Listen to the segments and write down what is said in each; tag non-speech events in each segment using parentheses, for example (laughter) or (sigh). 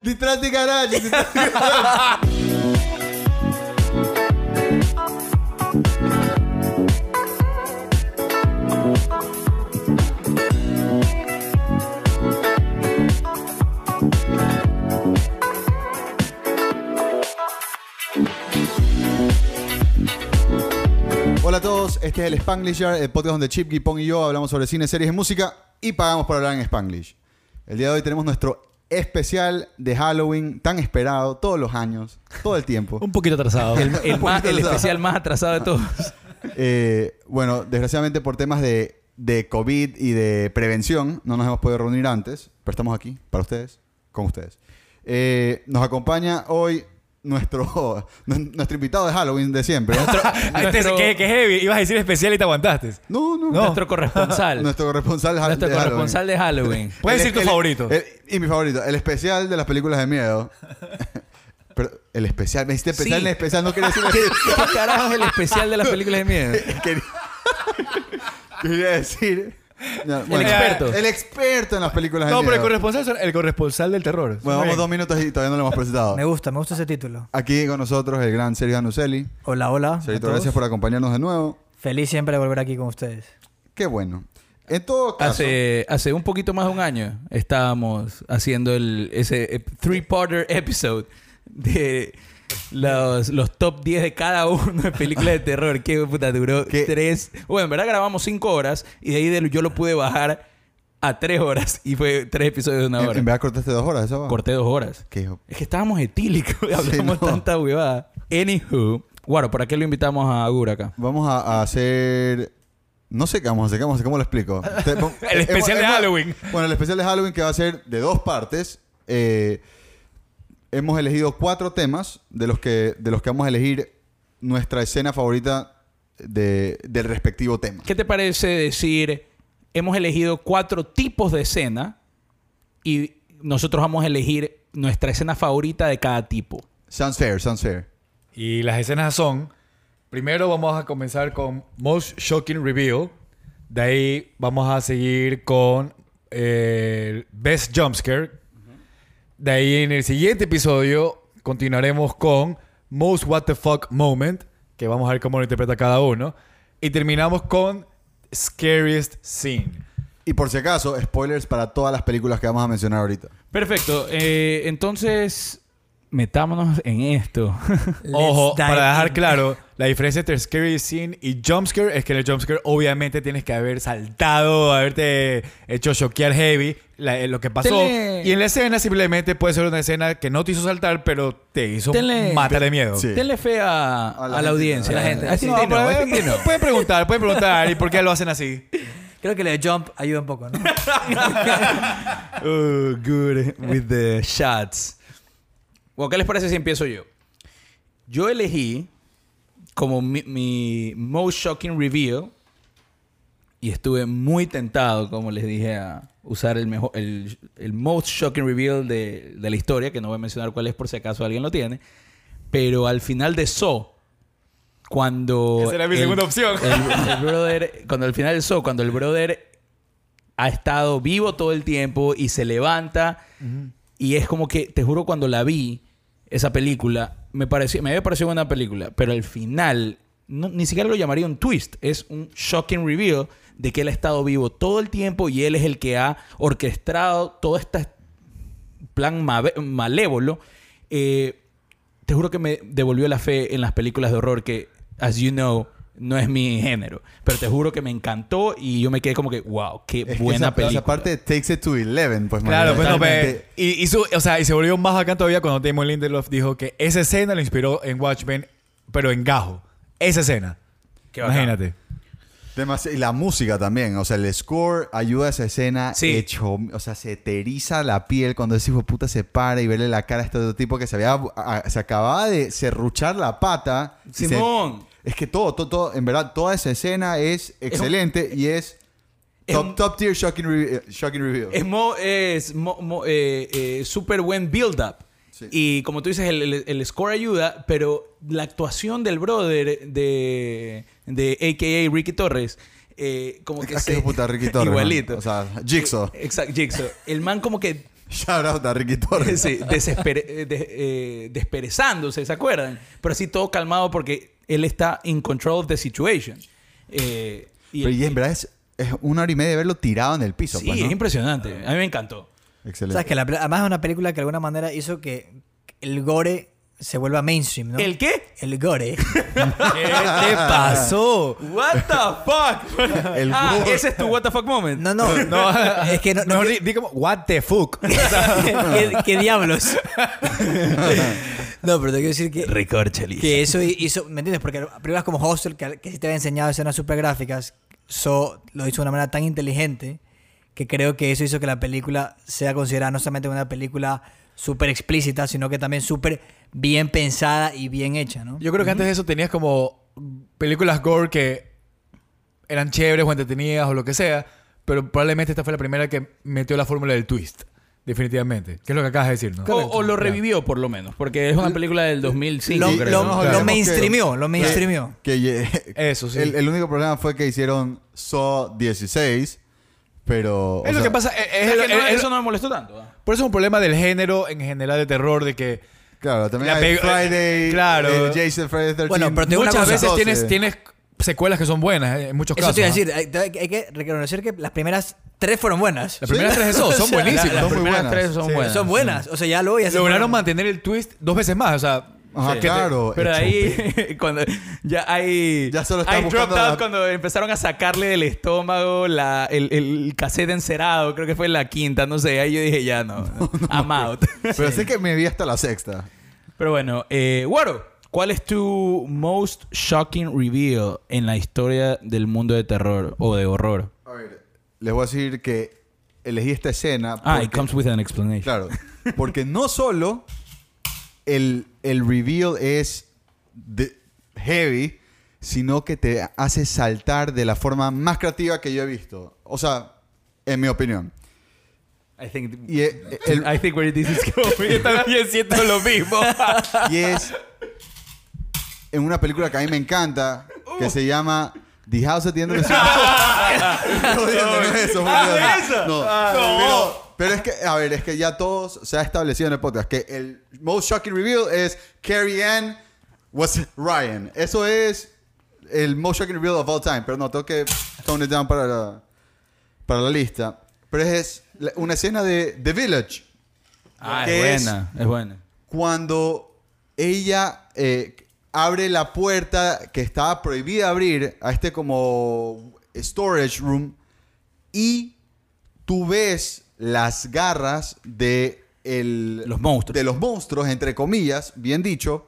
Detrás de garajes. detrás de garajes. Hola a todos, este es el Spanglisher, el podcast donde Chip, Gipong y yo hablamos sobre cine, series y música y pagamos por hablar en Spanglish. El día de hoy tenemos nuestro especial de Halloween tan esperado todos los años, todo el tiempo. (laughs) Un poquito atrasado. El, el Un más- poquito el atrasado. especial más atrasado de todos. Eh, bueno, desgraciadamente por temas de, de COVID y de prevención no nos hemos podido reunir antes, pero estamos aquí para ustedes, con ustedes. Eh, nos acompaña hoy nuestro, (laughs) nuestro invitado de Halloween de siempre. Ah, este es- Nuestro- que, que heavy. Ibas a decir especial y te aguantaste. No, no, No. Nuestro corresponsal. (laughs) Nuestro corresponsal de Hall- Nuestro de Halloween. corresponsal de Halloween. Puedes El- decir tu el- favorito. el- y mi favorito, el especial de las películas de miedo. Pero el especial, me dijiste especial, Sí. el especial no quería decir ¿Qué carajo es el especial de las películas de miedo? quería, quería decir. no, El experto. El experto en las películas de No, pero el miedo. corresponsal, son- el corresponsal del terror. Bueno, Muy vamos bien. dos minutos y todavía no lo hemos presentado. Me gusta, me gusta ese título. Aquí con nosotros el gran Sergio Anuselli. Hola, hola. a Sergio, todos. gracias por acompañarnos de nuevo. Feliz siempre de volver aquí con ustedes. Qué bueno. En todo Ah, caso, Hace, hace un poquito más de un año estábamos haciendo el, ese eh, three-parter episode de los, los top 10 de cada uno de películas de terror. Que puta, duró ¿Qué? tres. Bueno, en verdad grabamos cinco horas y de ahí de- yo lo pude bajar a tres horas y fue tres episodios de una en, hora. en verdad cortaste dos horas, ¿eso va? Corté dos horas. Qué hijo- Es que estábamos etílicos (laughs) y hablamos no. tanta huevada. Anywho, bueno, ¿para qué lo invitamos a Agura acá? Vamos a, a hacer. No sé qué vamos a hacer, ¿qué vamos a hacer? ¿cómo lo explico? (laughs) Te- pon- El especial de Halloween. Bueno, el especial de Halloween que va a ser de dos partes. Eh, hemos elegido cuatro temas de los que, de los que vamos a elegir nuestra escena favorita de- del respectivo tema. ¿Qué te parece decir, hemos elegido cuatro tipos de escena y nosotros vamos a elegir nuestra escena favorita de cada tipo? Sounds fair, sounds fair. Y las escenas son... Primero vamos a comenzar con Most Shocking Reveal. De ahí vamos a seguir con eh, Best Jumpscare. De ahí en el siguiente episodio continuaremos con Most What the Fuck Moment. Que vamos a ver cómo lo interpreta cada uno. Y terminamos con Scariest Scene. Y por si acaso, spoilers para todas las películas que vamos a mencionar ahorita. Perfecto. eh, entonces, metámonos en esto. Let's Ojo, dive para dejar in. claro, la diferencia entre Scary Scene y Jumpscare es que en el Jumpscare obviamente tienes que haber saltado, haberte hecho shockear heavy la- eh, lo que pasó. Tenle- Y en la escena simplemente puede ser una escena que no te hizo saltar, pero te hizo Tenle- matar de miedo. Sí. Tenle fe a, A la a gente, la audiencia. a la gente. Así Sí, No, que no, pero, así que no. (laughs) eh, pueden preguntar, pueden preguntar, ¿y por qué lo hacen así? (laughs) Creo que lo de Jump ayuda un poco, ¿no? (laughs) Oh, good with the shots. Bueno, ¿qué les parece si empiezo yo? Yo elegí como mi, mi most shocking reveal y estuve muy tentado, como les dije, a usar el, mejor, el, el most shocking reveal de, de la historia, que no voy a mencionar cuál es por si acaso alguien lo tiene, pero al final de Saw, cuando... Esa era mi segunda opción. el- el brother, cuando al final de Saw, cuando el brother ha estado vivo todo el tiempo y se levanta. Y es como que, te juro, cuando la vi, esa película, me, pareció, me había parecido una película, pero al final, no- ni siquiera lo llamaría un twist, es un shocking reveal de que él ha estado vivo todo el tiempo y él es el que ha orquestado todo este plan mave- malévolo. Eh, te juro que me devolvió la fe en las películas de horror que, as you know, no es mi género. Pero te juro que me encantó y yo me quedé como que, wow, qué Es que buena esa, película. Esa parte takes it to 11, pues Claro, marico, pues no, totalmente. pe- y, hizo- o sea, y se volvió más bacán todavía cuando Damon Lindelof dijo que esa escena lo inspiró en Watchmen, pero en gajo. Esa escena. Qué bacán. Imagínate. Demasi- y la música también, o sea, el score ayuda a esa escena Sí. hecho, o sea, se te eriza la piel cuando ese hijo de puta se para y verle la cara a este otro tipo que se había a- se acababa de cerruchar la pata. y se- Simón. es que todo, todo, todo, en verdad, toda esa escena es excelente y es, es top, un- top tier shocking, re- eh, shocking review. Es, mo- es mo- mo- eh, eh, súper buen build-up. Sí. Y como tú dices, el, el- el score ayuda, pero la actuación del brother de, de a.k.a. Ricky Torres, eh, como que Ah, qué se- (laughs) hijo de puta Ricky Torres, igualito. man. O sea, Jigsaw. Exacto, Jigsaw. El man como que (laughs) Shout out a Ricky Torres. (laughs) Sí, desespere- eh, des- eh, desperezándose, ¿se acuerdan? Pero así todo calmado porque él está in control of the situation. Eh, y- Pero y en verdad es, es una hora y media de verlo tirado en el piso. sí, pues, ¿no? es impresionante. A mí me encantó. Excelente. Sabes que la pel- además es una película que de alguna manera hizo que el gore se vuelva mainstream, ¿no? ¿El qué? El gore. ¿Qué te pasó? What the fuck? (laughs) El ah, gore. ese es tu what the fuck moment. No, no. es que no. no (laughs) No, di, di como, what the fuck. ¿Qué, (laughs) qué diablos? no, pero te quiero decir que Recorcheli. Que eso hizo, ¿me entiendes? Porque películas como Hostel, que, que sí te había enseñado escenas super gráficas, so, lo hizo de una manera tan inteligente que creo que eso hizo que la película sea considerada no solamente una película súper explícita, sino que también súper bien pensada y bien hecha, ¿no? Yo creo que antes de eso tenías como películas gore que eran chéveres o entretenidas o lo que sea, pero probablemente esta fue la primera que metió la fórmula del twist, definitivamente. Que es lo que acabas de decir, ¿no? O, o lo revivió por lo menos, porque es una película del 2005. lo, creo, lo, ¿no? lo Claro. mainstreamió, lo Que- mainstreamió. Que, ye- Eso, sí. El, el único problema fue que hicieron Saw 16, pero... o Es lo sea, que pasa, es- es- O sea, que no- es- es- eso no me molestó tanto. ¿ah? por eso es un problema del género en general de terror, de que Claro, también La hay pego- Friday, claro. eh, Jason Friday 13. Bueno, pero te digo una muchas cosa. veces 12. tienes, tienes secuelas que son buenas, eh, en muchos Eso casos. te iba a ¿no? decir, hay, hay- hay que reconocer que las primeras tres fueron buenas. Las primeras tres de esos son (laughs) O sea, buenísimas. la- Las Son muy primeras buenas. tres son Sí. buenas. Son buenas, o sea, ya luego ya se Lograron fueron- mantener el twist dos veces más, o sea... (laughs) Ajá, que te- Ah, claro. Pero el ahí, (laughs) cuando ya hay. Ya solo estaba hay dropped buscando out la- cuando empezaron a sacarle del estómago la, el, el cassette encerado, creo que fue la quinta, no sé. Ahí yo dije, (laughs) ya no. I'm out. chupete. Pero sé que me vi hasta la sexta. Pero bueno, eh, Waro, ¿cuál es tu most shocking reveal en la historia del mundo de terror o de horror? A ver, les voy a decir que elegí esta escena. Ah, porque- it comes with an explanation. Claro. Porque no solo el, el reveal es de- heavy, sino que te hace saltar de la forma más creativa que yo he visto. O sea, en mi opinión. I think, Y, e- el- I think where this is (laughs) going. Yo también siento lo mismo. y es en una película que a mí me encanta, que se llama The House at the End of the (laughs) Street. No, Dios, no es eso, por Ah, Dios. ¿es eso? Ah, No. Pero, pero es que, a ver, es que ya todos se ha establecido en el podcast que el most shocking reveal es Carrie Ann was Ryan. Eso es el most shocking reveal of all time. Pero no, tengo que tone it down para la, para la lista. Pero es la- una escena de The Village Ah, ¿Qué es es? buena, es buena. cuando ella eh, abre la puerta que estaba prohibida abrir a este como storage room y tú ves las garras de el- Los monstruos. de los monstruos entre comillas bien dicho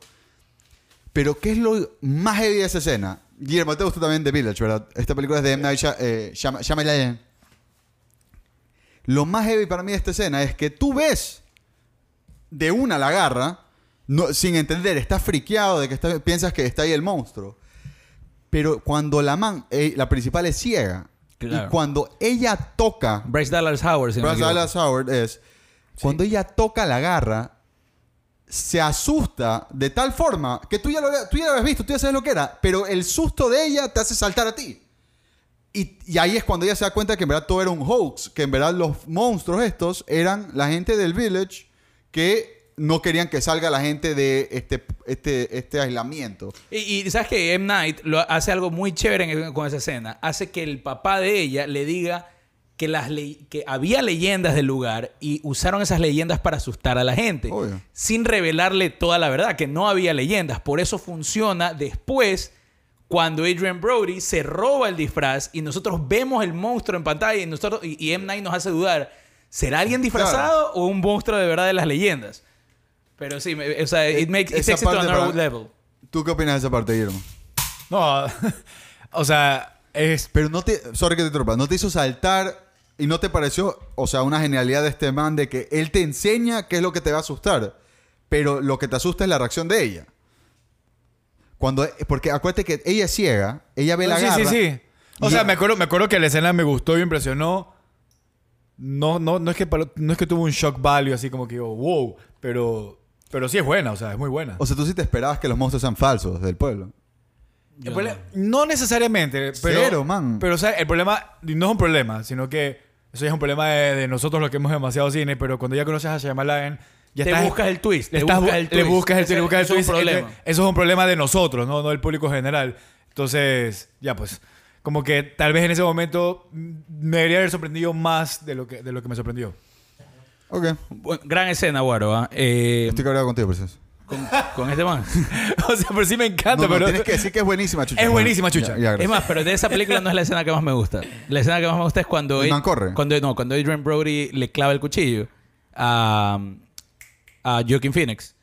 pero qué es lo más heavy de esa escena Guillermo te gustó también The Village verdad esta película es de M. Night Shy- eh, Shyam- Shyamalan. lo más heavy para mí de esta escena es que tú ves de una la agarra, no- sin entender, estás friqueado de que está- piensas que está ahí el monstruo. Pero cuando la man, eh, la principal es ciega, Claro. y cuando ella toca, Bryce Dallas Howard. si no me Bryce equivoco. Dallas Howard es, cuando ella toca la garra, se asusta de tal forma que tú ya, lo, tú ya lo habías visto, tú ya sabes lo que era, pero el susto de ella te hace saltar a ti. Y, y ahí es cuando ella se da cuenta que en verdad todo era un hoax, que en verdad los monstruos estos eran la gente del village que no querían que salga la gente de este, este, este aislamiento. Y, y sabes que M. Night lo hace algo muy chévere en- con esa escena. Hace que el papá de ella le diga que, las ley- que había leyendas del lugar y usaron esas leyendas para asustar a la gente. Obvio. Sin revelarle toda la verdad, que no había leyendas. Por eso funciona después cuando Adrian Brody se roba el disfraz y nosotros vemos el monstruo en pantalla y, nosotros, y, y M. Night nos hace dudar. ¿Será alguien disfrazado o un monstruo de verdad de las leyendas? Pero sí, me- o sea, it, makes, it Eh, Esa takes it to parte another para- level. ¿Tú qué opinas de esa parte, Guillermo? No, o sea, es... Pero no te. Sorry que te interrumpa. No te hizo saltar y no te pareció, o sea, una genialidad de este man de que él te enseña qué es lo que te va a asustar. Pero lo que te asusta es la reacción de ella. Cuando, porque acuérdate que ella es ciega, ella ve la Ah, sí, garra. sí, sí. O Y- sea, me acuerdo, me acuerdo que la escena me gustó y me impresionó. No, no, no, es que, palo- no es que tuvo un shock value así como que digo, wow, pero, pero sí es buena, o sea, es muy buena. O sea, tú sí te esperabas que los monstruos sean falsos del pueblo. El problema- no. necesariamente, pero, Cero, man. pero o sea, el problema y no es un problema, sino que Eso ya es un problema de, de nosotros los que hemos demasiado cine, pero cuando ya conoces a Shyamalan, ya Te estás- buscas el twist, le te estás bu- buscas el Le twist. buscas el twist, Ese- le buscas el eso es un twist, entonces, problema. Eso es un problema de nosotros, ¿no? No del público general. Entonces, ya pues, como que tal vez en ese momento mm, me debería haber sorprendido más de lo que, de lo que me sorprendió. (laughs) Ok. Bueno, gran escena, Guaro. ¿ah? Eh, Estoy cabreado contigo, por eso. con, con (laughs) este man. o sea, por sí me No, encanta, no, pero... tienes que decir que es buenísima, Chucha. Es buenísima, Chucha. Ya, ya, gracias. Es más, pero de esa película no es la escena que más me gusta. La escena que más me gusta es cuando... El Ad- man corre. Cuando, no, cuando Adrian Brody le clava el cuchillo a, a Joaquin Phoenix.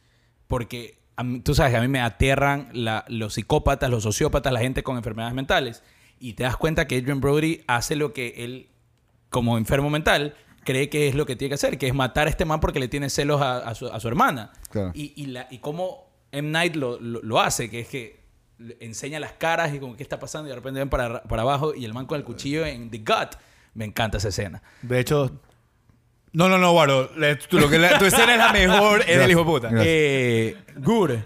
Porque a mí- tú sabes que a mí me aterran la- los psicópatas, los sociópatas, la gente con enfermedades mentales. Y te das cuenta que Adrian Brody hace lo que él, como enfermo mental, cree que es lo que tiene que hacer. Que es matar a este man porque le tiene celos a, a su, a su hermana. Claro. Y, y, la, y cómo M. Night lo, lo- lo hace, que es que le enseña las caras y como qué está pasando y de repente ven para, para abajo y el man con el cuchillo en The Gut. Me encanta esa escena. De hecho... No, no, no, Guaro. le- tú- lo que la- tu escena es la mejor, es del hijo de puta. Gracias. Eh, Gur,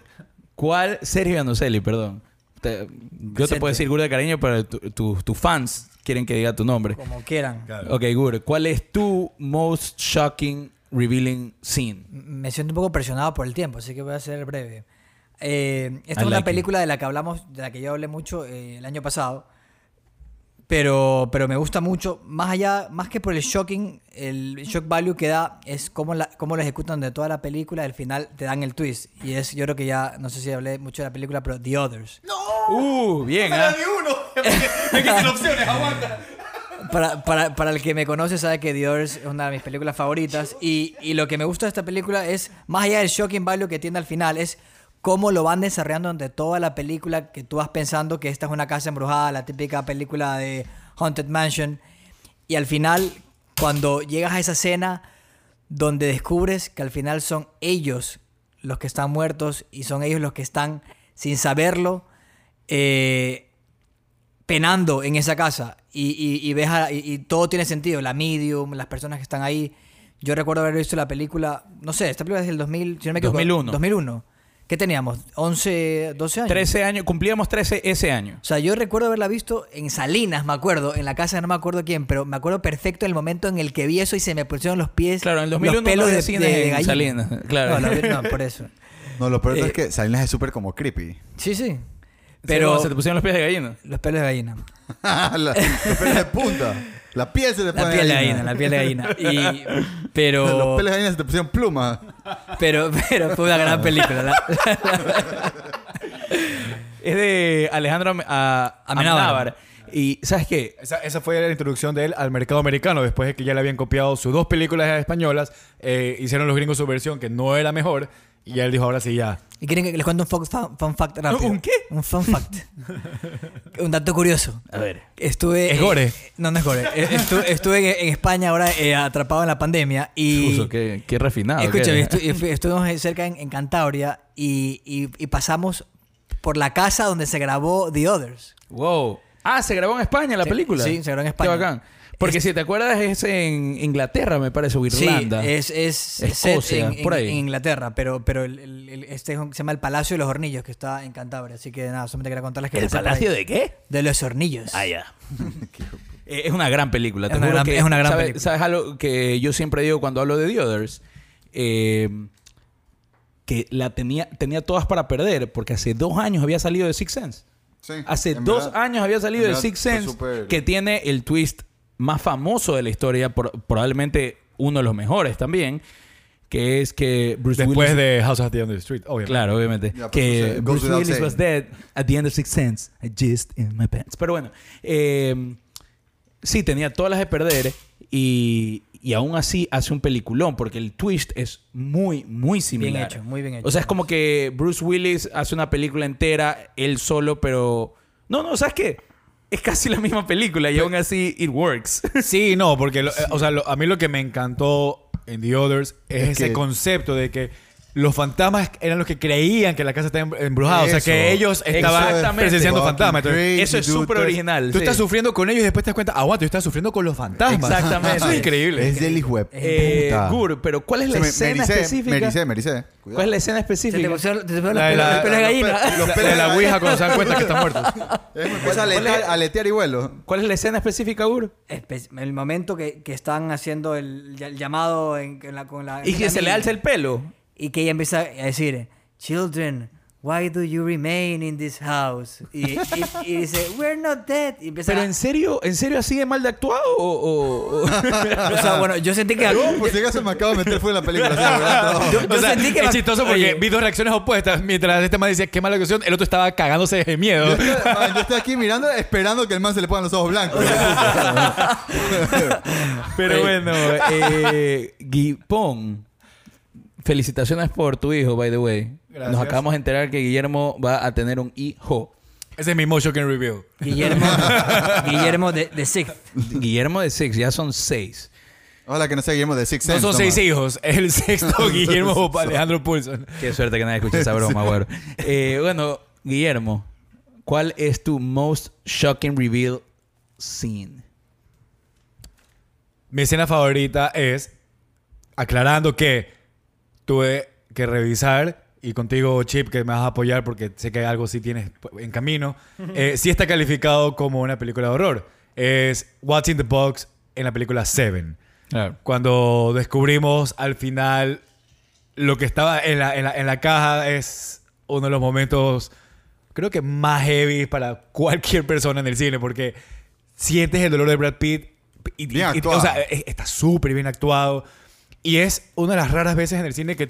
¿cuál? Sergio Andoselli, perdón. Te- yo te Vicente. puedo decir Gur de cariño, pero tu- tu- tus fans quieren que diga tu nombre. Como quieran. Claro. Ok, Gur, ¿cuál es tu most shocking revealing scene? Me siento un poco presionado por el tiempo, así que voy a ser breve. Eh, esta I es una like it. película de la que hablamos, de la que yo hablé mucho eh, el año pasado, pero, pero me gusta mucho, más allá, más que por el shocking, el shock value que da es cómo, la, cómo lo ejecutan de toda la película, al final te dan el twist. Y es, yo creo que ya, no sé si hablé mucho de la película, pero The Others. Uh, bien, ¿ah? uno! Me quiten opciones, aguanta. Para, para, para el que me conoce sabe que The Others es una de mis películas favoritas y, y lo que me gusta de esta película es, más allá del shocking value que tiene al final, es cómo lo van desarrollando durante toda la película que tú vas pensando que esta es una casa embrujada, la típica película de Haunted Mansion. Y al final, cuando llegas a esa escena donde descubres que al final son ellos los que están muertos y son ellos los que están, sin saberlo, eh, penando en esa casa y, y- y ves a- y, y todo tiene sentido, la medium, las personas que están ahí. Yo recuerdo haber visto la película, no sé, esta película es del 2000, si no me equivoco. 2001. 2001. ¿Qué teníamos? 11, 12 años. 13 años, cumplíamos 13 ese año. O sea, yo recuerdo haberla visto en Salinas, me acuerdo, en la casa de no me acuerdo quién, pero me acuerdo perfecto el momento en el que vi eso y se me pusieron los pies, Claro, en el los 2001 no pelos había de, cine de- de en gallina. Salinas, (laughs) claro. No, no, no, por eso. No, lo peor Eh, es que Salinas es súper como creepy. (laughs) Sí, sí. Pero Pero se te pusieron los pies de gallina. los pelos de gallina. La- Los pelos de punta. La piel se le pone La piel de gallina, la piel de gallina. (laughs) Y, pero Los pelos de gallina se te pusieron plumas. pero pero fue una gran película. la- Es de Alejandro Am- a- Amenábar. Amenábar. Y ¿sabes qué? Esa, esa fue la introducción de él al mercado americano, después de que ya le habían copiado sus dos películas españolas, eh, hicieron los gringos su versión que no era mejor, y ya él dijo, ahora sí ya. (laughs) ¿Y quieren que les cuente un fun, fun- fun fact rápido? ¿Un qué? Un fun fact. un dato curioso. A ver. Estuve. ¿Es gore? eh, no, no es gore. Eh, estu- Estuve, en, en España ahora eh, atrapado en la pandemia y. Uso, Ah, qué, qué refinado. Escúchame, qué- estu- y fui- estuvimos en- cerca en, en Cantabria y, y- y pasamos por la casa donde se grabó The Others. Wow. Ah, se grabó en España la Se- película. sí, se grabó en España. Qué bacán. Porque si te acuerdas es en Inglaterra, me parece, o Irlanda. Sí, es, es, es set Escocia, en, por en- ahí. en Inglaterra, pero, pero el- el- el- este es un- se llama el Palacio de los Hornillos, que está en Cantabria. Así que nada, solamente quería contarles que ¿El lo sepa palacio ahí. de qué? de los hornillos. Ah, (laughs) ya. Eh, es una gran película. te Es una juro gran- que- es una gran ¿sabes, película. ¿Sabes algo que yo siempre digo cuando hablo de The Others? Eh, que la tenía, tenía todas para perder, porque hace dos años había salido de Six Sense. Sí, Hace en dos verdad. años había salido en de verdad Sixth fue Sense, súper- que tiene el twist más famoso de la historia, por- probablemente uno de los mejores también, que es que Bruce Después Willis... de House of the Under Street, obviamente. Claro, obviamente. Ya, pues, o sea, que goes Bruce without Willis saying. was dead at the end of Sixth Sense. I just in my pants. Pero bueno, eh, sí, tenía todas las de perder y, y aún así hace un peliculón porque el twist es muy, muy similar. hecho, muy bien hecho. O sea, es como que Bruce Willis hace una película entera él solo, pero... No, no, ¿sabes qué? Es casi la misma película y aún así it works. Sí, no, porque lo- eh, o sea, lo- a mí lo que me encantó en The Others es, Es ese que- concepto de que los fantasmas eran los que creían que la casa estaba em, embrujada. O sea, que Eso. ellos estaban Exactamente. presenciando Fucking fantasmas. Entonces, crazy, (laughs) Eso es dude. súper original. Tú sí. estás sufriendo con ellos y después te das cuenta, aguanta, yo estaba sufriendo con los fantasmas. Exactamente. (laughs) (laughs) Eso es increíble. Es del hijo de Eh, puta. Gur, pero ¿cuál es la Se me- escena mericé, específica? Mericé, mericé. Cuidado. ¿Cuál es la escena Se te específica? pusieron- te pusieron La de los la- pelos- los pelos la- de los gallina. pelos- los La de la Ouija cuando se dan cuenta que están muertos. Es que empieza a aletear, aletear y vuelo. ¿Cuál es la escena específica, Gur? (laughs) Espe- El momento que, que están haciendo el, ll- llamado en, en la, con la. Y con que la se le niña. alza el pelo. Y que ella empieza a decir: Children, why do you remain in this house? Y, y- y dice: We're not dead. Y empieza ¿Pero a- en serio? ¿En serio así de mal de actuado? ¿O, o- o- O sea, bueno, yo sentí que. pues, No, por si acaso me acabo de meter fue en la película. o sea, ¿verdad? No. Yo- O sea, sentí que es va- chistoso porque Oye. vi dos reacciones opuestas. Mientras este man decía, qué mala cuestión, el otro estaba cagándose de Yo miedo. estoy- man, yo estoy aquí mirando esperando que el man se le pongan los ojos blancos. (laughs) Pero bueno, eh, Guipón, felicitaciones por tu hijo, by the way. Nos Gracias. acabamos de enterar que Guillermo va a tener un hijo. Ese es mi Motion Can Review. Guillermo, Guillermo de, de Sixth. Guillermo de Six, ya son seis. Hola, que no seguimos de Six No Sense. son toma. seis hijos, es el sexto Guillermo Alejandro Pulson. Qué suerte que nadie escuche esa broma, (laughs) güero. Eh, bueno, Guillermo, ¿cuál es tu most shocking reveal scene? Mi escena favorita es aclarando que tuve que revisar y contigo, Chip, que me vas a apoyar porque sé que algo sí tienes en camino. eh, sí está calificado como una película de horror. Es What's in the Box en la película Seven. Cuando descubrimos al final lo que estaba en la, en la- en la caja es uno de los momentos, creo que más heavy para cualquier persona en el cine, porque sientes el dolor de Brad Pitt. Y, y- Bien y- actuado. o sea, e- está súper bien actuado. Y es una de las raras veces en el cine que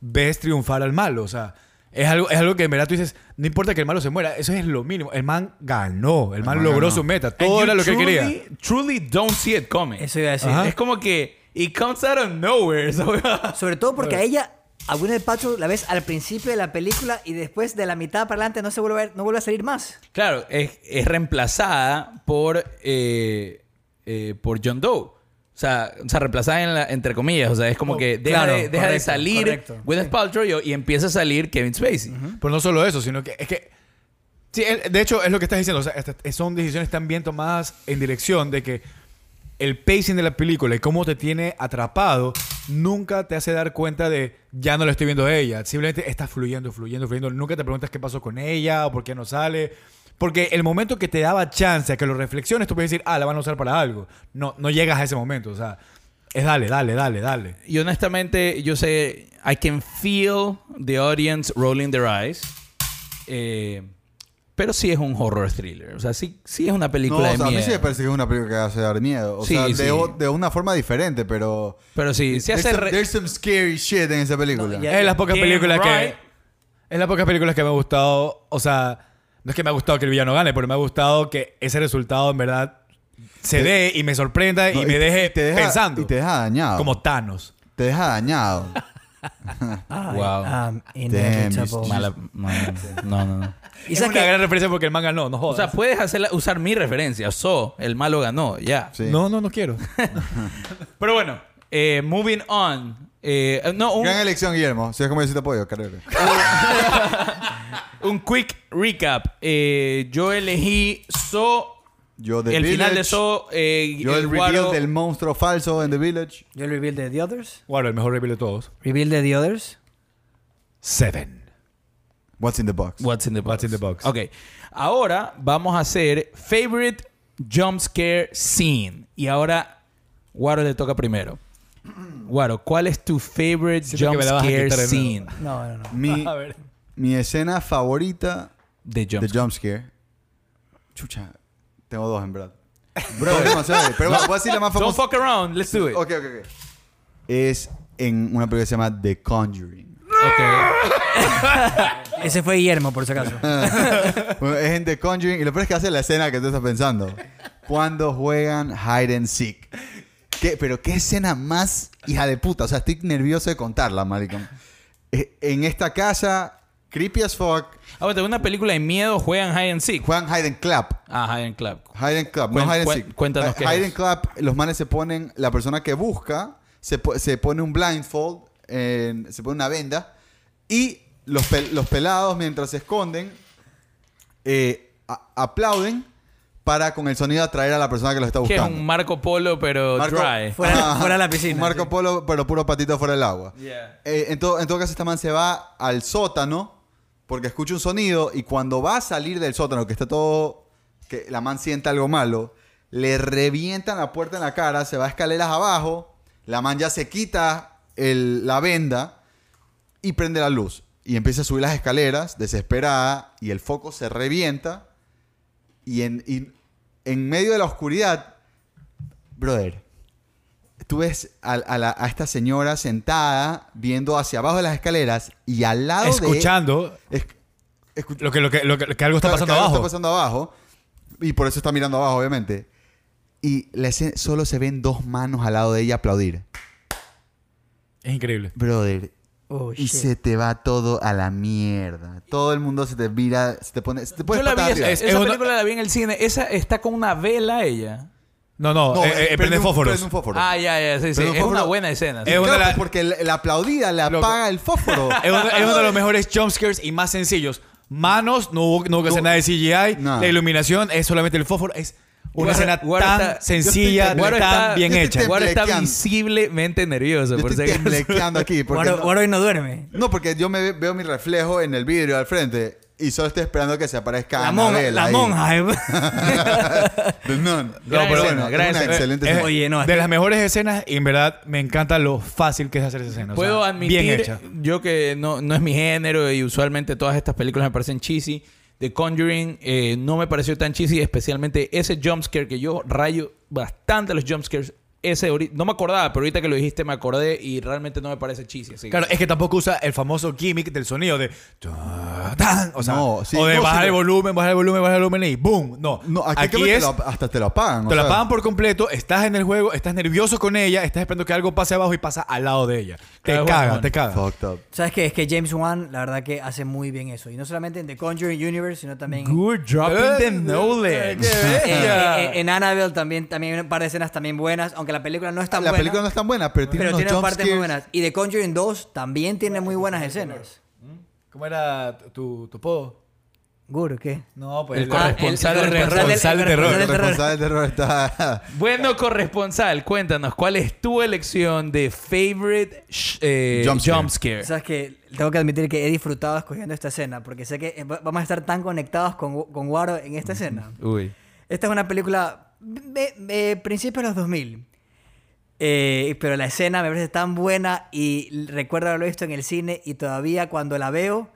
ves triunfar al malo. O sea, es algo, es algo que en verdad tú dices, no importa que el malo se muera, eso es lo mínimo. El man ganó, el, man, man logró ganó. su meta, And todo you era lo que él quería. truly- Truly don't see it coming. Eso iba a decir. Ajá. Es como que it comes out of nowhere. (laughs) so- Sobre todo porque a ella, a Gwyneth Paltrow la ves al principio de la película y después de la mitad para adelante no se vuelve a, ver- no vuelve a salir más. claro, es, es reemplazada por, eh, eh, por John Doe. O sea, o sea, reemplazada en la- entre comillas. O sea, es como que deja, claro, de, deja de correcto, salir correcto. Gwyneth Paltrow y, y empieza a salir Kevin Spacey. Pero no solo eso, sino que es que. Sí, él- de hecho, es lo que estás diciendo. o sea, esta- son decisiones tan bien tomadas en dirección de que el pacing de la película y cómo te tiene atrapado nunca te hace dar cuenta de ya no la estoy viendo a ella. Simplemente está fluyendo, fluyendo, fluyendo. Nunca te preguntas qué pasó con ella o por qué no sale. Porque el momento que te daba chance a que lo reflexiones, tú puedes decir, ah, la van a usar para algo. No, no llegas a ese momento. O sea, es dale, dale, dale, dale. Y honestamente, yo sé, I can feel the audience rolling their eyes. Eh, pero sí es un horror thriller. O sea, sí, sí es una No, película o de sea, a miedo. mí sí me parece que es una película que hace dar miedo. O Sí, sea, de, sí. o- de una forma diferente, pero... Pero sí, sí there's, hace... some, re- there's some scary shit en esa película. No, ya- Es de las pocas Damn películas right. que. Es de las pocas películas que me ha gustado. O sea, no es que me ha gustado que el villano gane, pero me ha gustado que ese resultado en verdad se Te- dé y me sorprenda No, y me te- deje y te deja- pensando. Y te deja dañado. como Thanos. Te deja dañado. Wow. ah, Um, Damn, inevitable. Mala- No, no, no. no. Y es sabes una que gran referencia porque el man ganó, no O jodas. sea, puedes hacerla, usar mi referencia. So, el malo ganó, ya. Sí. (laughs) No, no, no quiero. Pero bueno, eh, moving on. Eh, no, un, Gran elección, Guillermo. Si es como yo sí te apoyo, carrera. un quick recap. Eh, yo elegí So, Yo el The final de Village. So. eh, Yo el, reveal guaro- del monstruo falso en The Village. yo el reveal de The Others. Bueno, el mejor review de todos. Reveal de The Others. Seven. What's in the box? What's in the box. What's in the box. Ok. Ahora vamos a hacer favorite jump scare scene. Y ahora, Guaro le toca primero. Guaro, ¿cuál es tu favorite Siento que jump me la vas a scare quitar de nuevo. scene? No, no, no. (laughs) Mi, A ver. mi escena favorita De jump de jump scare. Chucha, tengo dos en verdad. Bro, es demasiado. Pero voy a decir la más Don't famosa. fuck around. Let's do it. Ok, ok, ok. Es en una película que se llama The Conjuring. Ok. Ese fue Guillermo, por (laughs) si acaso. Bueno, es en The Conjuring y lo peor es que hace la escena que tú estás pensando. Cuando juegan hide and seek. ¿Qué- pero qué escena más hija de puta. O sea, estoy nervioso de contarla, maricón. Eh, En esta casa, creepy as fuck, Ahora, una película de miedo juegan high and seek. juegan hide and clap. Ah, high and club. Hide and clap, no Cuen- hide and cuen- seek. cuéntanos Hi- qué hide es. and clap, los manes se ponen, la persona que busca se, po- se pone un blindfold, en- se pone una venda Y los, pel- los pelados, mientras se esconden, eh, a- aplauden para con el sonido atraer a la persona que los está Que es buscando. un Marco Polo, pero Marco- dry. (laughs) Fuera- Ajá. fuera de la piscina, Un Marco sí. Polo, pero puro patito fuera del agua. Yeah. Eh, en, todo, en todo caso, esta man se va al sótano porque escucha un sonido y cuando va a salir del sótano, que está todo. que la man sienta algo malo, le revientan la puerta en la cara, se va a escaleras abajo, la man ya se quita el- la venda y prende la luz. Y empieza a subir las escaleras, desesperada, y el foco se revienta. Y en, y en medio de la oscuridad, brother, tú ves a, a la- a esta señora sentada viendo hacia abajo de las escaleras y al lado Escuchando de... Esc- escu- lo que, lo que, lo que, que algo está Claro, pasando que algo abajo. Está pasando abajo. Y por eso está mirando abajo, obviamente. Y la escena- solo se ven dos manos al lado de ella aplaudir. Es increíble. Brother, Oh, y shit. se te va todo a la mierda. Todo el mundo se te mira, se te pone. Se te pone Yo la vi, patada esa, arriba. es- esa una- película la vi en el cine. Esa está con una vela ella. No, no, eh, eh, eh, prende un- fósforos. prende un fósforo. Ah, ya, ya, sí, sí. Pero Es una fósforo- buena escena. sí. Eh, Es una Claro, de la- pues, porque la, la aplaudida le Loco. apaga el fósforo. Es uno, es uno de los mejores jumpscares y más sencillos. Manos, no hubo, no hubo que hacer No, nada de CGI. nada. La iluminación es solamente el fósforo. Es una Guaro- escena Guaro tan está- yo sencilla, estoy tan temblando. Guaro está- bien yo estoy hecha. temblando. Guaro está Temblequeando. visiblemente nervioso, Yo por si estoy acaso. temblequeando aquí. Porque Guaro, no, Guaro hoy no duerme. no, porque yo me ve- veo mi reflejo en el vidrio al frente y solo estoy esperando que se aparezca La, monja- Anabel la ahí. (laughs) monja. (laughs) eh. The Nun. Gran pero escena, bueno, gran es una escena. excelente Eh, escena. Oye, no, de es- las mejores escenas y en verdad me encanta lo fácil que es hacer esa escena. o sea, Puedo admitir, Bien hecha. yo que no, no es mi género y usualmente todas estas películas me parecen cheesy. The Conjuring eh, no me pareció tan cheesy, especialmente ese jumpscare que yo rayo bastante los jumpscares. Ese ori- no me acordaba, pero ahorita que lo dijiste me acordé y realmente no me parece cheesy. así que- Claro, es que tampoco usa el famoso gimmick del sonido de... ta- tan, O, sea, No, sí, o de no, bajar sí, el no. volumen, bajar el volumen, bajar el volumen y ¡boom! No, No, aquí, aquí creo que es... te lo- hasta te lo apagan. o Te la sea, pagan por completo, estás en el juego, estás nervioso con ella, estás esperando que algo pase abajo y pasa al lado de ella. Te Claro, es bueno, caga, bueno. te caga. Fucked up. ¿Sabes qué? Es que James Wan, la verdad que hace muy bien eso. Y no solamente en The Conjuring Universe, sino también en, Good dropping the knowledge. (laughs) Eh, en- en- en Annabelle también, también hay un par de escenas también buenas, aunque la película no es tan La buena. película no es tan buena, pero tiene pero unos tiene partes muy jumpscares. buenas. Y The Conjuring 2 también tiene muy buenas escenas. ¿Cómo era tu, tu podo? Guru, ¿qué? No, pues El corresponsal del corresponsal El del terror. corresponsal del terror. responsable del terror está... Bueno, corresponsal, cuéntanos, ¿cuál es tu elección de favorite sh- eh, Jumpscare. jumpscare? Sabes que tengo que admitir que he disfrutado escogiendo esta escena, porque sé que eh, va- vamos a estar tan conectados con, con Waro en esta escena. Uy. Esta es una película de, de principios de los 2000. Eh, pero la escena me parece tan buena y recuerdo haberlo visto en el cine y todavía cuando la veo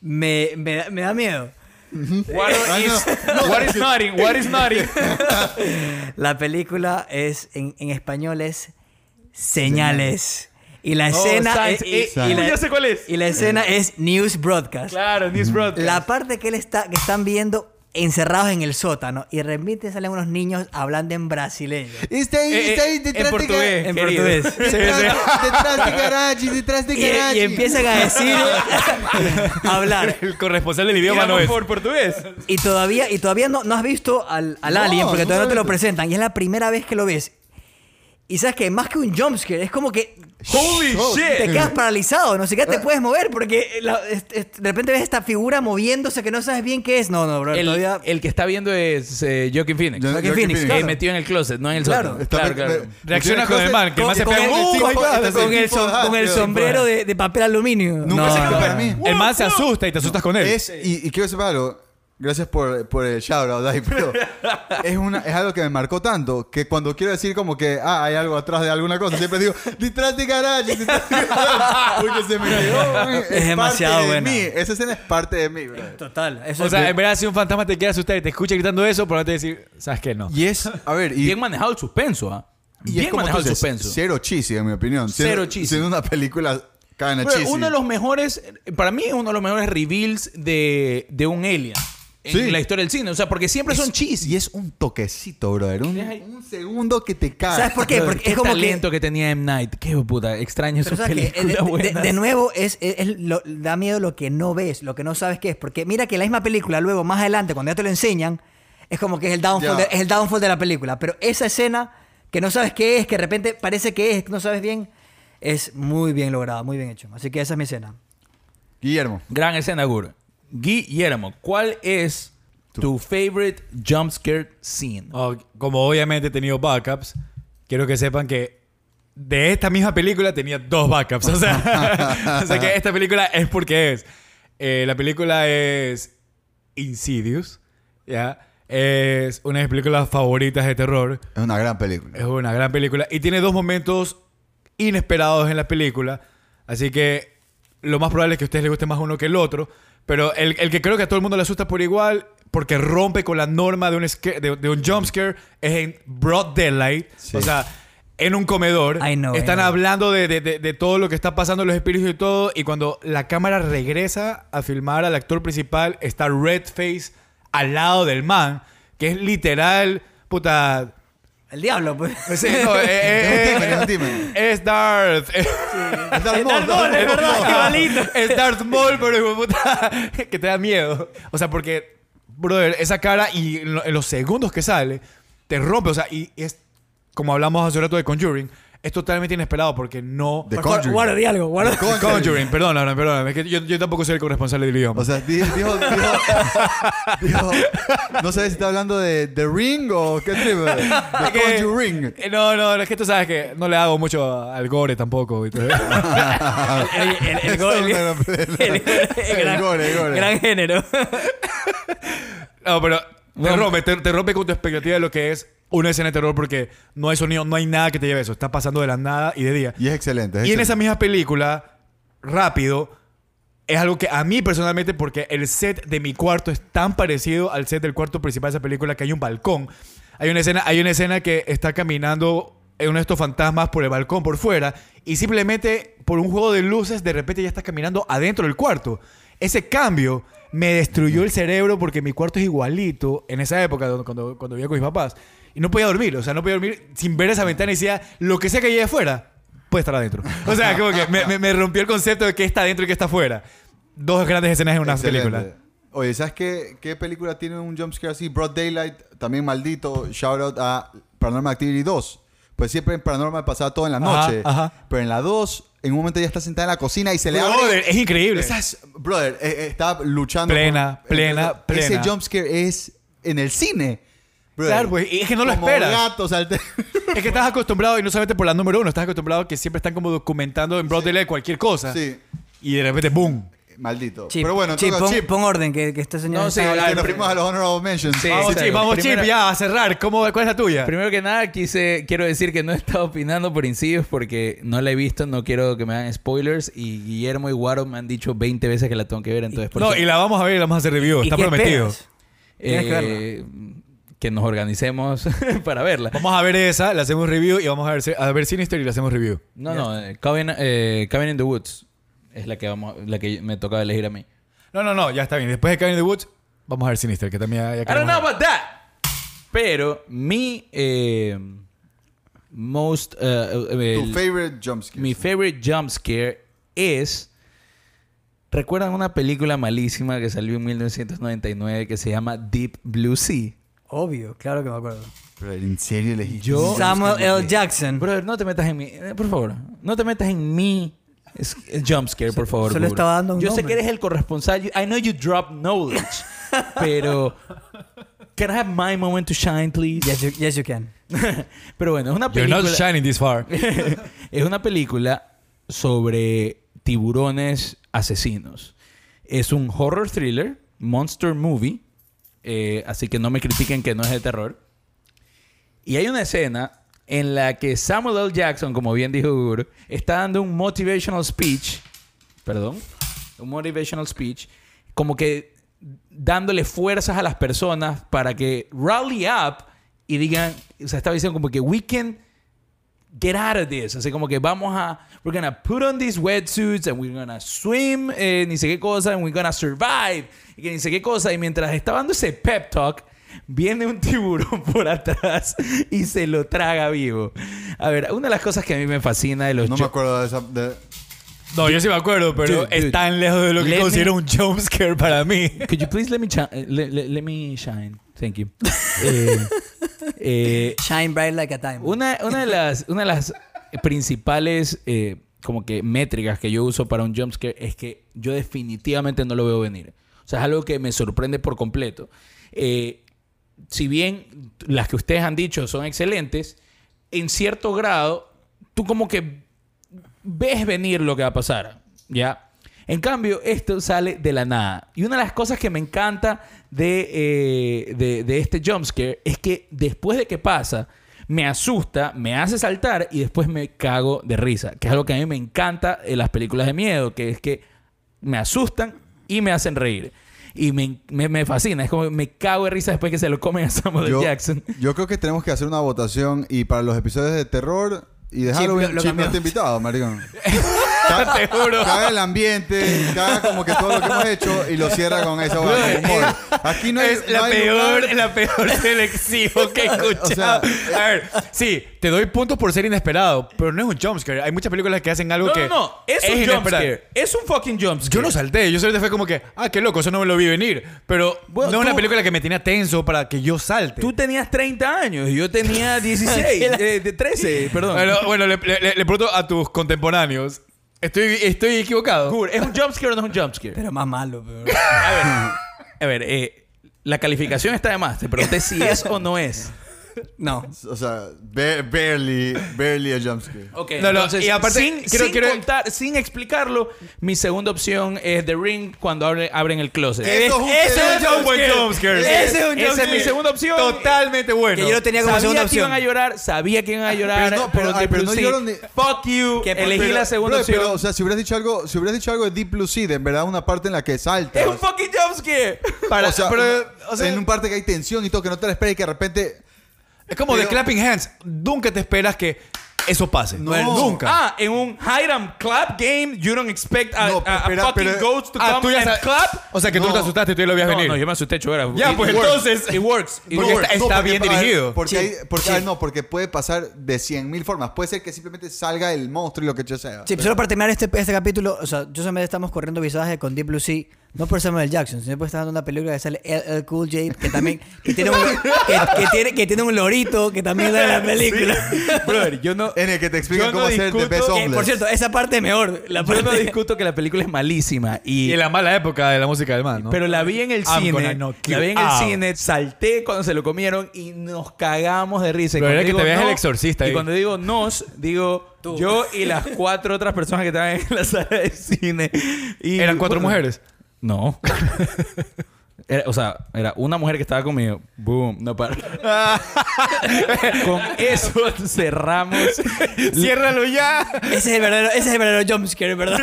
me, me da- me da miedo. What Ay, is, (laughs) what is nodding? What is (laughs) nodding? La película es en, en español es Señales. Y la escena signs. es, y, Eh, y Oh, uy, la, ya sé cuál es. y la escena es News Broadcast. Claro, News Broadcast. La parte que él está que están viendo encerrados en el sótano y realmente salen unos niños hablando en brasileño. Está ahí, Eh, está ahí eh, detrás en de... portugués. en querido. portugués. Detrás, detrás de Garachi, detrás de Y, y Garachi. empiezan a (laughs) decir, a hablar. (laughs) El corresponsal del idioma no Digamos es. por portugués. Y todavía, y todavía no, no has visto al, al No, alien porque todavía no te lo totalmente. presentan. Y es la primera vez que lo ves. Y sabes que más que un jumpscare, es como que Holy Oh, shit. te quedas paralizado, no siquiera te puedes mover porque la- es- es- de repente ves esta figura moviéndose que no sabes bien qué es. No, no, bro. El, todavía... el que está viendo es eh, Joaquin Phoenix. Yo- Joaquin Joaquin Phoenix, Phoenix. Eh, claro. metido en el closet, no en el Claro. sótano. eh, Está- claro, me- claro. me- Reacciona con el man, que Con- más se con pega. el- ¡Uh, con- my God! con el tipo som- ah, de- con el de- sombrero de, de papel aluminio. Nunca No, se no, quedó para Ah, no. mí. El man se asusta y te asustas con él. Es, y, y quiero separar algo. Gracias por, por el shoutout ahí, (laughs) pero es, una, es algo que me marcó tanto que cuando quiero decir como que ah, hay algo atrás de alguna cosa, siempre digo, detrás de Garachi, detrás de Garachi", porque se me quedó. güey. parte demasiado de buena. mí. Esa escena es parte de mí, bro. Total. Eso O es- sea, en verdad, si un fantasma te quiere asustar y te escucha gritando eso, probablemente decir, ¿sabes qué? No. Y es, a ver, y, Bien manejado el suspenso, ¿ah? y es Bien como tú manejado el dices, suspenso. Cero cheesy, en mi opinión. Siendo- Cero cheesy. Siendo una película cana Bro, cheesy. uno de los mejores, para mí es uno de los mejores reveals de, de un alien en Sí. la historia del cine. O sea, porque siempre son cheesy. Y es un toquecito, brother. Un, un segundo que te cae. ¿Sabes por qué? Porque qué es como que- talento que... tenía M. Night. Qué puta, extraño Pero sus sabes que, eh, películas de- de, buenas. de nuevo, es, es- es lo- da miedo lo que no ves, lo que no sabes qué es. Porque mira que la misma película, luego más adelante, cuando ya te lo enseñan, es como que es el downfall, Ya. de, es el downfall de la película. Pero esa escena que no sabes qué es, que de repente parece que es, no sabes bien, es muy bien lograda, muy bien hecho. Así que esa es mi escena. Guillermo. Gran escena, Guru. Guillermo, ¿cuál es tu favorite jumpscare scene? Oh, como obviamente he tenido backups, quiero que sepan que de esta misma película tenía dos backups. O sea, (laughs) o sea que esta película es porque es. Eh, la película es Insidious, ¿ya? Es una de mis películas favoritas de terror. Es una gran película. Es una gran película y tiene dos momentos inesperados en la película. Así que lo más probable es que a ustedes les guste más uno que el otro. Pero el, el que creo que a todo el mundo le asusta por igual, porque rompe con la norma de un, sca- de, de un jumpscare, es en Broad Daylight. Sí. O sea, en un comedor. I know, Están I know. hablando de, de- de- de todo lo que está pasando, los espíritus y todo. Y cuando la cámara regresa a filmar al actor principal, está Redface al lado del man, que es literal, puta. El diablo, pues. (laughs) Sí, no, eh, eh, Es un eh, Timen, es un Timen. es Darth. Es Darth Maul, (laughs) Maul, es Darth Oh, verdad, Maul. igualito. Es Darth Maul, pero hijo de puta, que te da miedo. O sea, porque, brother, esa cara y en lo- en los segundos que sale, te rompe. O sea, y es, como hablamos hace rato de Conjuring, es totalmente inesperado porque no... The Guarda- Conjuring. Guarda diálogo, guarda. Conjuring. Conjuring, perdóname, perdóname. Es que yo, yo tampoco soy el corresponsal del idioma. O sea, di- dijo, dijo, dijo, No sé si está hablando de The Ring o qué tribu. The (laughs) Es que- Conjuring. Eh, No, no, es que tú sabes que no le hago mucho al gore tampoco. (laughs) y (laughs) todo. El, el, el, go- el- (laughs) el- el gran, gore, el gore. gran género. (laughs) No, pero te No. rompe, te, te rompe con tu expectativa de lo que es una escena de terror porque no hay sonido, no hay nada que te lleve a eso. Está pasando de la nada y de día. Y es excelente. es Y en excelente. esa misma película, rápido, es algo que a mí personalmente, porque el set de mi cuarto es tan parecido al set del cuarto principal de esa película, que hay un balcón. Hay una escena, hay una escena que está caminando en uno de estos fantasmas por el balcón por fuera y simplemente por un juego de luces de repente ya estás caminando adentro del cuarto. Ese cambio me destruyó el cerebro porque mi cuarto es igualito en esa época donde- cuando, cuando vivía con mis papás. Y no podía dormir, o sea, no podía dormir sin ver esa ventana y decía, lo que sea que llegue afuera, puede estar adentro. O sea, como que me, me- me rompió el concepto de qué está adentro y qué está afuera. Dos grandes escenas en una Excelente. película. Oye, ¿sabes qué, qué película tiene un jumpscare así? Broad Daylight, también maldito. Shout out a Paranormal Activity 2. Pues siempre en Paranormal pasaba todo en la Ajá, noche. ajá. Pero en la 2, en un momento ella está sentada en la cocina y se le abre. Brother, es increíble. Esa es- brother, eh, eh, está luchando. Plena, con- plena, eh, plena. Ese jumpscare es en el cine. brother. Claro, pues, y es que no lo Como esperas. gato salte- Es que estás acostumbrado, y no solamente por la número uno, estás acostumbrado que siempre están como documentando en Broad Daylight cualquier cosa. (laughs) Sí. Y de repente, ¡boom! Maldito. Chip, Pero bueno, chip, toca- pon, Chip, pon orden, que, que este señor. No, está sí, hablando. que al nos prim- fuimos a los honorable mentions. Sí. Vamos, exacto. Chip, vamos, Primera- Chip, ya, a cerrar. ¿Cómo, ¿Cuál es la tuya? Primero que nada, quise, quiero decir que no he estado opinando por incidios porque no la he visto, no quiero que me hagan spoilers y Guillermo y Guaro me han dicho 20 veces que la tengo que ver, entonces por No, eso, y la vamos a ver y la vamos a hacer review. ¿Y Está qué prometido. esperas? tienes que eh, que nos organicemos (laughs) para verla. Vamos a ver esa, la hacemos review y vamos a ver, a ver Sinister y la hacemos review. No, no, eh, Cabin, eh, Cabin in the Woods es la que vamos, la que me tocaba elegir a mí. No, no, no, ya está bien. Después de Cabin in the Woods, vamos a ver Sinister, que también ya, ya I don't queremos know ver. about that. Pero mi eh, most eh, eh, Tu el- favorite jumpscare. mi favorite jump scare es ¿Recuerdan una película malísima que salió en 1999 que se llama Deep Blue Sea? Obvio, claro que me acuerdo. Pero en serio elegiste. Yo- Samuel L. Jackson. Brother, no te metas en mi... eh, Por favor, no te metas en mi es- eh, jump scare, por favor. se le Guru. estaba dando un Yo sé nombre. que eres el corresponsal. You- I know you drop (laughs) knowledge. pero... Can I have my moment to shine, please? Yes, you, yes, you can. (laughs) pero bueno, es una You're película... not shining this far. es una película sobre tiburones asesinos. Es un horror thriller, monster movie, eh, así que no me critiquen que no es de terror. Y hay una escena en la que Samuel L. Jackson, como bien dijo Guru, está dando un motivational speech, perdón, un motivational speech, como que dándole fuerzas a las personas para que rally up y digan, o sea, estaba diciendo como que we can get out of this. Así como que vamos a, we're gonna put on these wetsuits and we're gonna swim, eh, ni sé qué cosa, and we're gonna survive, y que ni sé qué cosa. Y mientras estaba dando ese pep talk, viene un tiburón por atrás (laughs) y se lo traga vivo. A ver, una de las cosas que a mí me fascina de los No ju- me acuerdo de esa. de- No, yo sí me acuerdo, pero Dude, dude. es tan lejos de lo Let que me- considero un jumpscare para mí. Could you please let me, chi- eh, le- le- let me shine? (laughs) Thank you. Eh, eh, Shine bright like a diamond. Una, una de las, una de las principales eh, como que métricas que yo uso para un jumpscare es que yo definitivamente no lo veo venir. O sea, es algo que me sorprende por completo. Eh, si bien las que ustedes han dicho son excelentes, en cierto grado, tú como que ves venir lo que va a pasar, ¿ya? En cambio, esto sale de la nada. Y una de las cosas que me encanta de, eh, de, de este jumpscare es que después de que pasa, me asusta, me hace saltar y después me cago de risa. Que es algo que a mí me encanta en las películas de miedo, que es que me asustan y me hacen reír. Y me, me- me fascina. Es como me cago de risa después que se lo comen a Samuel Yo, Jackson. yo creo que tenemos que hacer una votación y para los episodios de terror y de Chip, Halloween, lo- lo Chip no cambiamos. está este invitado, (laughs) maricón. Ca- Te juro. Caga el ambiente, caga como que todo lo que hemos hecho y lo cierra con esa hueá, con humor. Aquí no hay, es no la hay peor, lugar. la peor selección (laughs) que he escuchado. sea- a ver, sí, te doy puntos por ser inesperado, pero no es un jumpscare. Hay muchas películas que hacen algo No, que. no, no. Es, un inesperado. jumpscare. Es un fucking jumpscare. Yo no salté, yo solamente fue como que, ah, qué loco, eso no me lo vi venir. Pero Bueno, no es tú- una película que me tenía tenso para que yo salte. Tú tenías 30 años y yo (laughs) tenía 16. eh, de 13, perdón. Bueno, bueno, le, le- le- le pregunto a tus contemporáneos. Estoy, estoy equivocado. Gur, ¿Es un jumpscare o no es un jumpscare? Pero más malo, pero- (laughs) A ver, eh, la calificación está de más. Te pregunté si es o no es. No. O sea, ba- barely, barely a jumpscare. Ok, No, no, entonces, y aparte, sin, quiero- sin quiero- contar, sin explicarlo, mi segunda opción es The Ring cuando abre- abren el closet. Eh, Eso es un- Ese eso es un buen jumpscare. jumpscare. Ese es un Esa es mi jumpscare. segunda opción. Totalmente bueno. Que yo lo tenía como sabía segunda que iban a opción. llorar, sabía que iban a llorar. Pero no, pero- pero, ay, pero no sí, lloro ni- Fuck you. Que- Elegí Pero- la segunda bro, opción. Pero, o sea, si hubieras dicho algo, si hubieras dicho algo de Deep Blue Sea, de en verdad una parte en la que salta. es un fucking jumpscare. Para- o sea, pero, o sea, en un parte que hay tensión y todo, que no te la esperas y que de repente... es como de pero- Clapping Hands. Nunca te esperas que eso pase. No. Bueno, nunca. Ah, en un hide and clap game, you don't expect a, No, a- a espera, fucking pero- ghost to Ah, come and sabes- clap. O sea, que No. tú te asustaste y tú ya lo veías venir. No, no, yo me asusté, chora. Ya, It- pues it works. entonces- It works. It Porque works. está- está bien a ver, dirigido. Porque, Sí, hay- porque sí. a ver, no, porque puede pasar de 100.000 formas. Puede ser que simplemente salga el monstruo y lo que yo sea. Sí, solo para terminar este, este capítulo, o sea, yo solamente estamos corriendo visaje con Deep Blue Sea, no por Samuel Jackson, sino por estar dando una película que sale LL Cool J, que también que tiene, un, que, que tiene, que tiene un lorito que también sale en la película. (laughs) Brother, yo no. En el que te explican Yo no cómo hacer discuto Eh, The Best que, Que, Omelette. por cierto, esa parte es mejor. La Yo parte no discuto que la película es malísima. (laughs) Y, Y en la mala época de la música del man, ¿no? Pero la vi en el I'm cine. gonna knock La you vi en el out. cine, salté cuando se lo comieron y nos cagamos de risa. Y Pero cuando era que digo te veas El Exorcista Y ahí. cuando digo nos, digo yo y las cuatro otras personas que estaban en la sala de cine. Y- Eran cuatro bueno, mujeres. (laughs) No. Era- o sea, era una mujer que estaba conmigo. Boom, no (laughs) para. Con eso cerramos. Ciérralo ya. ese es el verdadero, ese es el verdadero jumpscare, ¿verdad?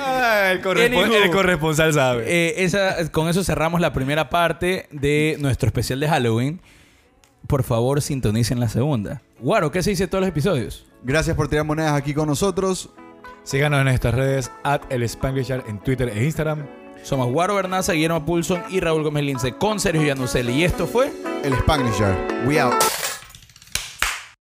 Ah, el, correspon- Anywho. el corresponsal sabe. Eh, esa- con eso cerramos la primera parte de nuestro especial de Halloween. Por favor, sintonicen la segunda. Guaro, ¿qué se dice en todos los episodios? Gracias por tirar monedas aquí con nosotros. Síganos en nuestras redes at el Spanglishar en Twitter e Instagram. Somos Guaro Bernaza, Guillermo Pulson y Raúl Gómez Lince con Sergio Yanuseli. Y esto fue... El Spanglish Jar. We out.